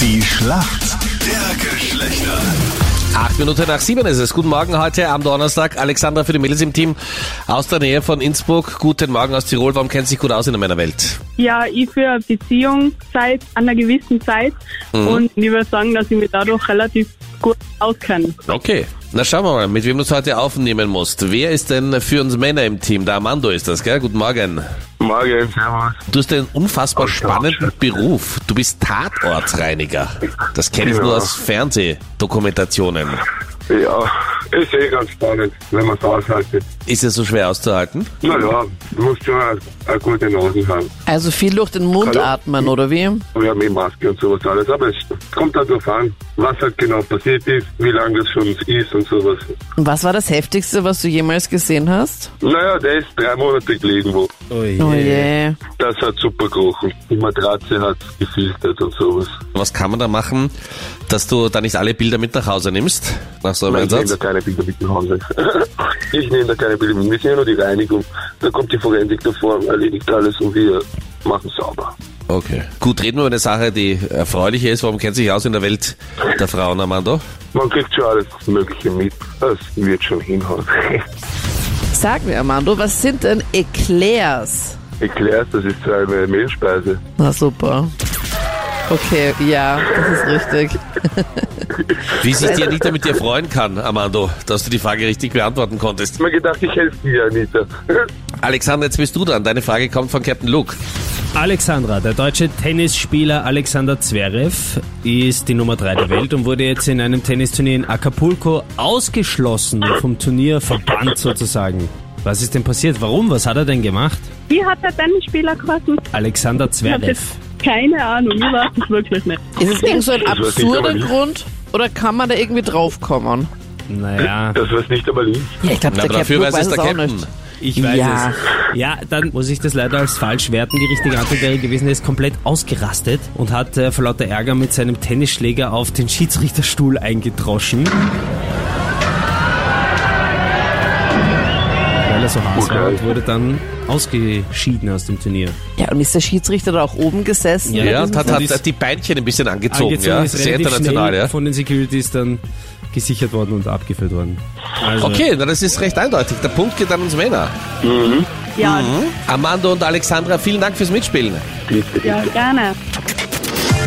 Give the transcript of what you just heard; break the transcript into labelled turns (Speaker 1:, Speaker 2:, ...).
Speaker 1: Die Schlacht der Geschlechter.
Speaker 2: Acht Minuten nach sieben ist es. Guten Morgen heute am Donnerstag. Alexandra für die Mädels im Team aus der Nähe von Innsbruck. Guten Morgen aus Tirol. Warum kennt sich gut aus in meiner Welt?
Speaker 3: Ja, ich für eine Beziehung seit einer gewissen Zeit und ich würde sagen, dass ich mich dadurch relativ gut auskenne.
Speaker 2: Okay. Na schauen wir mal, mit wem du es heute aufnehmen musst. Wer ist denn für uns Männer im Team? Der Armando ist das, gell? Guten Morgen.
Speaker 4: Morgen, servus.
Speaker 2: Du hast einen unfassbar spannenden Beruf. Du bist Tatortreiniger. Das kenne ich nur
Speaker 4: Ja.
Speaker 2: aus Fernsehdokumentationen.
Speaker 4: Ja, ist eh ganz spannend, wenn man es aushaltet.
Speaker 2: Ist es so schwer auszuhalten?
Speaker 4: Na ja, du musst schon eine, eine gute Nase haben.
Speaker 5: Also viel durch den Mund
Speaker 4: Hallo?
Speaker 5: atmen, oder wie?
Speaker 4: Wir haben eh Maske und sowas alles, aber es kommt halt drauf an, was halt genau passiert ist, wie lange das schon ist und sowas.
Speaker 5: Und was war das Heftigste, was du jemals gesehen hast?
Speaker 4: Naja, der ist drei Monate gelegen wo.
Speaker 5: Oh je.
Speaker 4: Das hat super gerochen. Die Matratze hat gefiltert und sowas.
Speaker 2: Was kann man da machen, dass du da nicht alle Bilder mit nach Hause nimmst? Nach so einem
Speaker 4: ich nehme da
Speaker 2: Einsatz?
Speaker 4: keine Bilder mit nach Hause. ich nehme da keine Bilder mit. Wir sehen nur die Reinigung. Da kommt die Forensik davor, erledigt alles und wir machen sauber.
Speaker 2: Okay. Gut, reden wir über eine Sache, die erfreulich ist. Warum kennt sich aus in der Welt der Frauen, Armando?
Speaker 4: Man kriegt schon alles Mögliche mit. Das wird schon hinhauen.
Speaker 5: Sag mir, Armando, was sind denn Eclairs?
Speaker 4: Erklärt, das ist so eine Mehlspeise.
Speaker 5: Na super. Okay, ja, das ist richtig.
Speaker 2: Wie sich die Anita mit dir freuen kann, Armando, dass du die Frage richtig beantworten konntest.
Speaker 4: Ich hab mir gedacht, ich helfe dir, Anita.
Speaker 2: Alexander, jetzt bist du dran. Deine Frage kommt von Captain Luke.
Speaker 6: Alexandra, der deutsche Tennisspieler Alexander Zverev, ist die Nummer 3 der Welt und wurde jetzt in einem Tennisturnier in Acapulco ausgeschlossen, vom Turnier verbannt sozusagen. Was ist denn passiert? Warum? Was hat er denn gemacht?
Speaker 3: Wie hat der Tennisspieler geheißen?
Speaker 6: Alexander
Speaker 3: Ich habe
Speaker 6: Zverev.
Speaker 3: jetzt keine Ahnung, ich weiß es wirklich nicht.
Speaker 5: Ist es irgend so ein
Speaker 4: Das weiß ich aber
Speaker 5: absurder
Speaker 4: nicht.
Speaker 5: Grund oder kann man da irgendwie draufkommen?
Speaker 6: Naja,
Speaker 4: Das war's nicht aber links.
Speaker 5: Ja, ich glaube,
Speaker 2: Na,
Speaker 5: der
Speaker 2: aber dafür
Speaker 5: Captain Cook
Speaker 2: weiß es
Speaker 5: weiß es
Speaker 2: der
Speaker 5: auch
Speaker 2: Captain.
Speaker 5: nicht.
Speaker 6: ich weiß
Speaker 5: Ja.
Speaker 6: es. Ja, dann muss ich das leider als falsch werten. Die richtige Antwort wäre gewesen, er ist komplett ausgerastet und hat äh, vor lauter Ärger mit seinem Tennisschläger auf den Schiedsrichterstuhl eingedroschen. Weil er so heiß war und wurde dann ausgeschieden aus dem Turnier.
Speaker 5: Ja, und ist der Schiedsrichter da auch oben gesessen?
Speaker 6: Ja,
Speaker 2: Ja,
Speaker 6: das
Speaker 2: und hat,
Speaker 6: muss
Speaker 2: hat,
Speaker 6: man-
Speaker 2: hat die Beinchen ein bisschen angezogen,
Speaker 6: Angezogen
Speaker 2: ja.
Speaker 6: ist
Speaker 2: Sehr
Speaker 6: relativ
Speaker 2: international,
Speaker 6: schnell
Speaker 2: ja.
Speaker 6: von den Securities dann gesichert worden und abgeführt worden. Also,
Speaker 2: Okay, na, das ist recht eindeutig. Der Punkt geht an uns Männer.
Speaker 3: Ja,
Speaker 2: Armando und Alexandra, vielen Dank fürs Mitspielen.
Speaker 3: ja gerne.